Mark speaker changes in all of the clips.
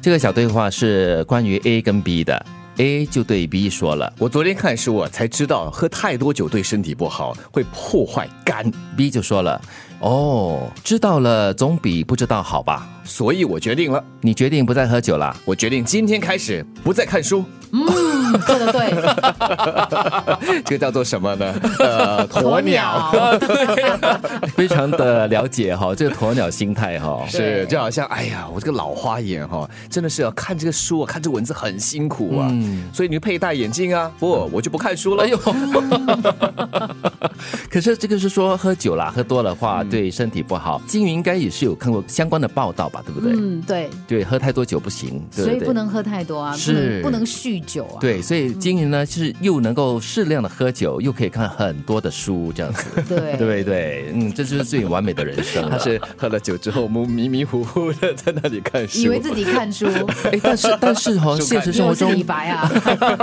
Speaker 1: 这个小对话是关于 A 跟 B 的，A 就对 B 说了
Speaker 2: 我昨天看书啊，才知道喝太多酒对身体不好，会破坏肝，
Speaker 1: ，B 就说了，哦，知道了总比不知道好吧？
Speaker 2: 所以我决定了，
Speaker 1: 你决定不再喝酒啦？
Speaker 2: 我决定今天开始不再看书，
Speaker 3: 嗯，做的 对，
Speaker 2: 这个叫做什 么呢？呃，鸵鸟。
Speaker 1: 非常的了解哈、这个鸵鸟心态哈、
Speaker 2: 是，就好像哎呀，我这个老花眼哈、真的是、啊、看这个书啊，看这文字很辛苦啊，
Speaker 3: 嗯
Speaker 2: 所以你佩戴眼镜啊，不，我就不看书了。
Speaker 1: 哎呦，可是这个是说喝酒啦，喝多的
Speaker 2: 嗯
Speaker 1: 话对身体不好。金鱼应该也是有看过相关的报道吧，对不对？
Speaker 3: 嗯，对，
Speaker 1: 对，喝太多酒不行，对
Speaker 3: 所以
Speaker 1: 对
Speaker 3: 不能喝太多啊，不
Speaker 1: 是
Speaker 3: 能不能酗酒啊，
Speaker 1: 对，所以金鱼呢是又能够适量的喝酒，又可以看很多的书，这样子，
Speaker 3: 对
Speaker 1: 对不对？嗯，这就是最完美的人生
Speaker 2: 他
Speaker 1: 了。
Speaker 2: 是喝了酒之后迷迷迷糊糊的在那里看书，。
Speaker 3: 以为自己看书，
Speaker 1: 哎，但 是但是哈、现实生活
Speaker 3: 又是
Speaker 1: 中
Speaker 3: 李，白 啊，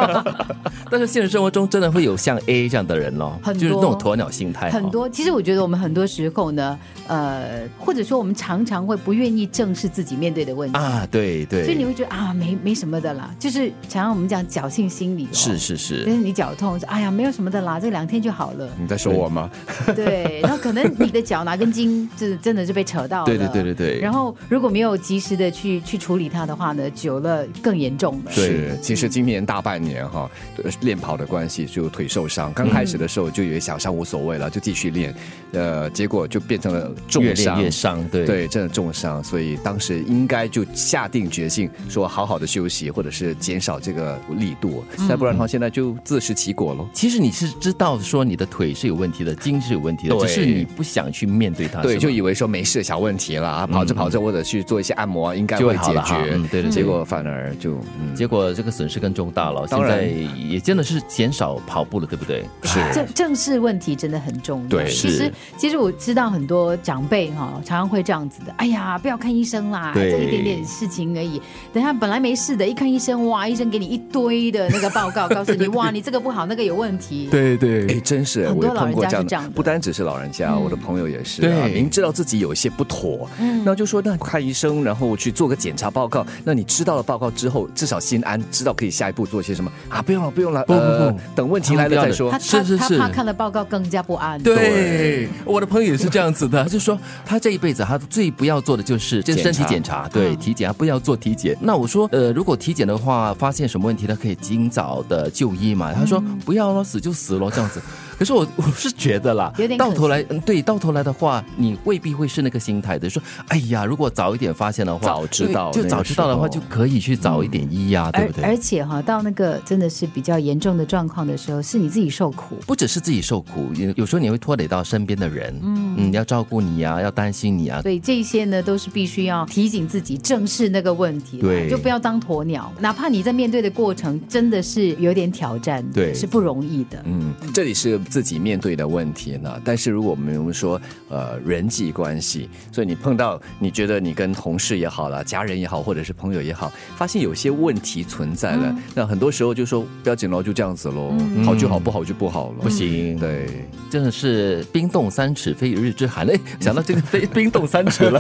Speaker 1: 但是现实生活中真的会有像 A 这样的人哦，
Speaker 3: 很
Speaker 1: 就
Speaker 3: 多
Speaker 1: 是那种鸵鸟心态、哦，
Speaker 3: 很多。其实我觉得我们很多时候呢，呃，或者说我们常常会不愿意正视自己面对的问题，
Speaker 1: 啊，对对，
Speaker 3: 所以你会觉得啊，没没什么的啦，就是常常我们讲侥幸心理、哦，
Speaker 1: 是。是是
Speaker 3: 但，是你脚痛，哎呀，没有什么的啦，这两天就好 了
Speaker 2: 你在说我吗？
Speaker 3: 对，然后可能你的脚哪根筋，就是真的是被扯到了。
Speaker 1: 对对对对对
Speaker 3: 然后如果没有及时的去去处理它的话呢，久了更严重了。
Speaker 2: 是，其实今年大半年哈、呃练跑的关系就腿受伤，刚开始
Speaker 1: 嗯
Speaker 2: 的时候就以为小伤无所谓了，就继续练，呃，结果就变成了
Speaker 1: 越
Speaker 2: 重
Speaker 1: 练
Speaker 2: 伤。
Speaker 1: 越伤，对。
Speaker 2: 对，真的重伤，所以当时应该就下定决心说好好的休息，或者是减少这个力度，
Speaker 1: 嗯
Speaker 2: 再不然的话，现在就自食其果喽。
Speaker 1: 其实你是知道说你的腿是有问题的，筋是有问题的，
Speaker 2: 对
Speaker 1: 只是你不想去面对它。
Speaker 2: 对，
Speaker 1: 啊是吗嗯
Speaker 2: 就以为说没事，小问题啦，跑着跑着或者去做一些按摩，应该
Speaker 1: 就会
Speaker 2: 会
Speaker 1: 好
Speaker 2: 解
Speaker 1: 了哈
Speaker 2: 决。
Speaker 1: 嗯对对对
Speaker 2: 结果反而就嗯，
Speaker 1: 结果这个损失更重大了。现
Speaker 2: 当然
Speaker 1: 在也真的是减少跑步了，对不对？
Speaker 2: 是
Speaker 3: 正正视问题真的很重要。
Speaker 2: 对
Speaker 3: 其
Speaker 1: 是
Speaker 3: 实其实我知道很多长辈哈、常常会这样子的。哎呀，不要看医生啦，
Speaker 1: 对
Speaker 3: 这一点点事情而已。等下本来没事的，一看医生，哇，医生给你一堆的那个报告，告诉 你哇，你这个不好，那个有问题。
Speaker 1: 对对。
Speaker 2: 哎，真是
Speaker 3: 很
Speaker 2: 我
Speaker 3: 多
Speaker 2: 也
Speaker 3: 老
Speaker 2: 碰
Speaker 3: 人
Speaker 2: 过
Speaker 3: 家
Speaker 2: 这样
Speaker 3: 是这样的嗯
Speaker 2: 不单只是老人家，我的朋友也是啊，
Speaker 1: 对
Speaker 2: 明知道自己有一些不妥，那就说那看医生，然后去做个检查报告。那你知道了报告之后，至少心安，知道可以下一步做些什么啊？不用了，不用了，
Speaker 1: 不不
Speaker 2: 呃
Speaker 1: 不
Speaker 2: 等问题来
Speaker 1: 他们不
Speaker 2: 了
Speaker 1: 要
Speaker 2: 再
Speaker 1: 的
Speaker 2: 说
Speaker 3: 他。
Speaker 1: 是
Speaker 3: 他
Speaker 1: 是是
Speaker 3: 他怕看了报告更加不安。
Speaker 1: 对，啊我的朋友也是这样子的，他就说他这一辈子他最不要做的就是这
Speaker 2: 检查
Speaker 1: 身体检查，对
Speaker 3: 嗯
Speaker 1: 体检他不要做体检。那我说，呃，如果体检的话，发现什么问题，他可以尽早的就医
Speaker 2: 嗯
Speaker 1: 嘛。他说不要咯，死就死咯，这样 子。可是我我是觉得啦
Speaker 3: 有，点可惜
Speaker 1: 到头来，嗯对，到头来的话，你未必会是那个心态的，说，哎呀，如果早一点发现的话，
Speaker 2: 早知道
Speaker 1: 就
Speaker 2: 那个
Speaker 1: 早知道的话，
Speaker 2: 时
Speaker 1: 就
Speaker 2: 候嗯哎
Speaker 1: 可以去早一点医呀、对
Speaker 3: 而
Speaker 1: 不
Speaker 3: 而
Speaker 1: 对？
Speaker 3: 且哈、到那个真的是比较严重的状况的时候，是你自己受苦。
Speaker 1: 不只是自己受苦，有有时候你会拖累到身边的人，嗯要照顾你呀、要担心你啊，
Speaker 3: 所以这些呢，都是必须要提醒自己正视那个问题，
Speaker 1: 对
Speaker 3: 就不要当鸵鸟。哪怕你在面对的过程真的是有点挑战，
Speaker 1: 对
Speaker 3: 是不容易的。
Speaker 2: 嗯，这里是自己面对的问题呢。但是如果我们我们说呃人际关系，所以你碰到你觉得你跟同事也好了，家人也好，或者是朋友也好，发现有些问题存在了，那很多时候就说不要紧喽，就这样子喽，好就好，不好就不好了。
Speaker 1: 不行，
Speaker 2: 对，
Speaker 1: 真的是冰冻三尺非一日之寒。哎， 想到这个非冰冻三尺了，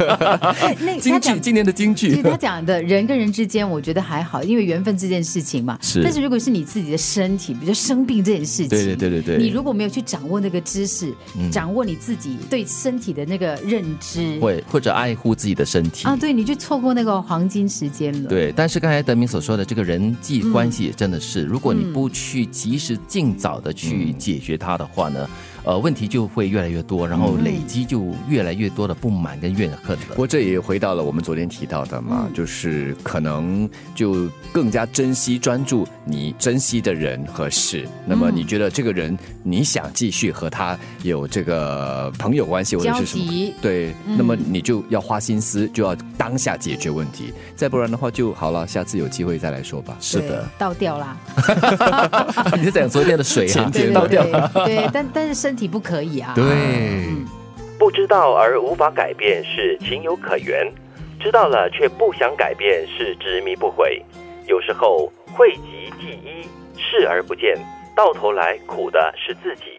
Speaker 3: 哎那他
Speaker 1: 京
Speaker 3: 讲
Speaker 1: 剧，今年的京
Speaker 3: 其 实
Speaker 1: 剧。
Speaker 3: 他讲的人跟人之间，我觉得还好，因为缘分这件事情嘛。
Speaker 1: 是
Speaker 3: 但是如果是你自己的身体，比如说生病这件事情，
Speaker 1: 对对对对嗯对
Speaker 3: 你如果没有去掌握那个知识，掌握你自己对身体的那个认知，
Speaker 1: 会或者爱护自己的身体。
Speaker 3: 啊，对，你就错过那个黄金时间了。
Speaker 1: 对，但是刚才德明所说的这个人际关
Speaker 3: 嗯
Speaker 1: 系也真的是，如果你不去及时尽早的去
Speaker 3: 嗯
Speaker 1: 解决它的话呢，呃，问题就会越来越多，然
Speaker 3: 嗯
Speaker 1: 后累积就越来越多的不满跟怨恨
Speaker 2: 不
Speaker 1: 了。
Speaker 2: 过这也回到了我们昨天提到的嘛，
Speaker 3: 嗯
Speaker 2: 就是可能就更加珍惜、专注你珍惜的人和事。那
Speaker 3: 嗯
Speaker 2: 么你觉得这个人，你想继续和他有这个朋友关系或者
Speaker 3: 交
Speaker 2: 是什么？
Speaker 3: 集，嗯
Speaker 2: 对，那么你就要花心思，就要当下解决问题，再不然的话就好了，下次有机会再来说吧。
Speaker 1: 是的
Speaker 3: 对，倒掉啦。
Speaker 1: 你是讲昨天的 水啊哈、
Speaker 2: 前
Speaker 3: 对
Speaker 2: 天
Speaker 3: 对
Speaker 2: 倒
Speaker 3: 对对，但但是身体不可以啊。
Speaker 1: 对。
Speaker 4: 不知道而无法改变是情有可原，知道了却不想改变是执迷不悔。有时候讳疾忌医，视而不见，到头来苦的是自己。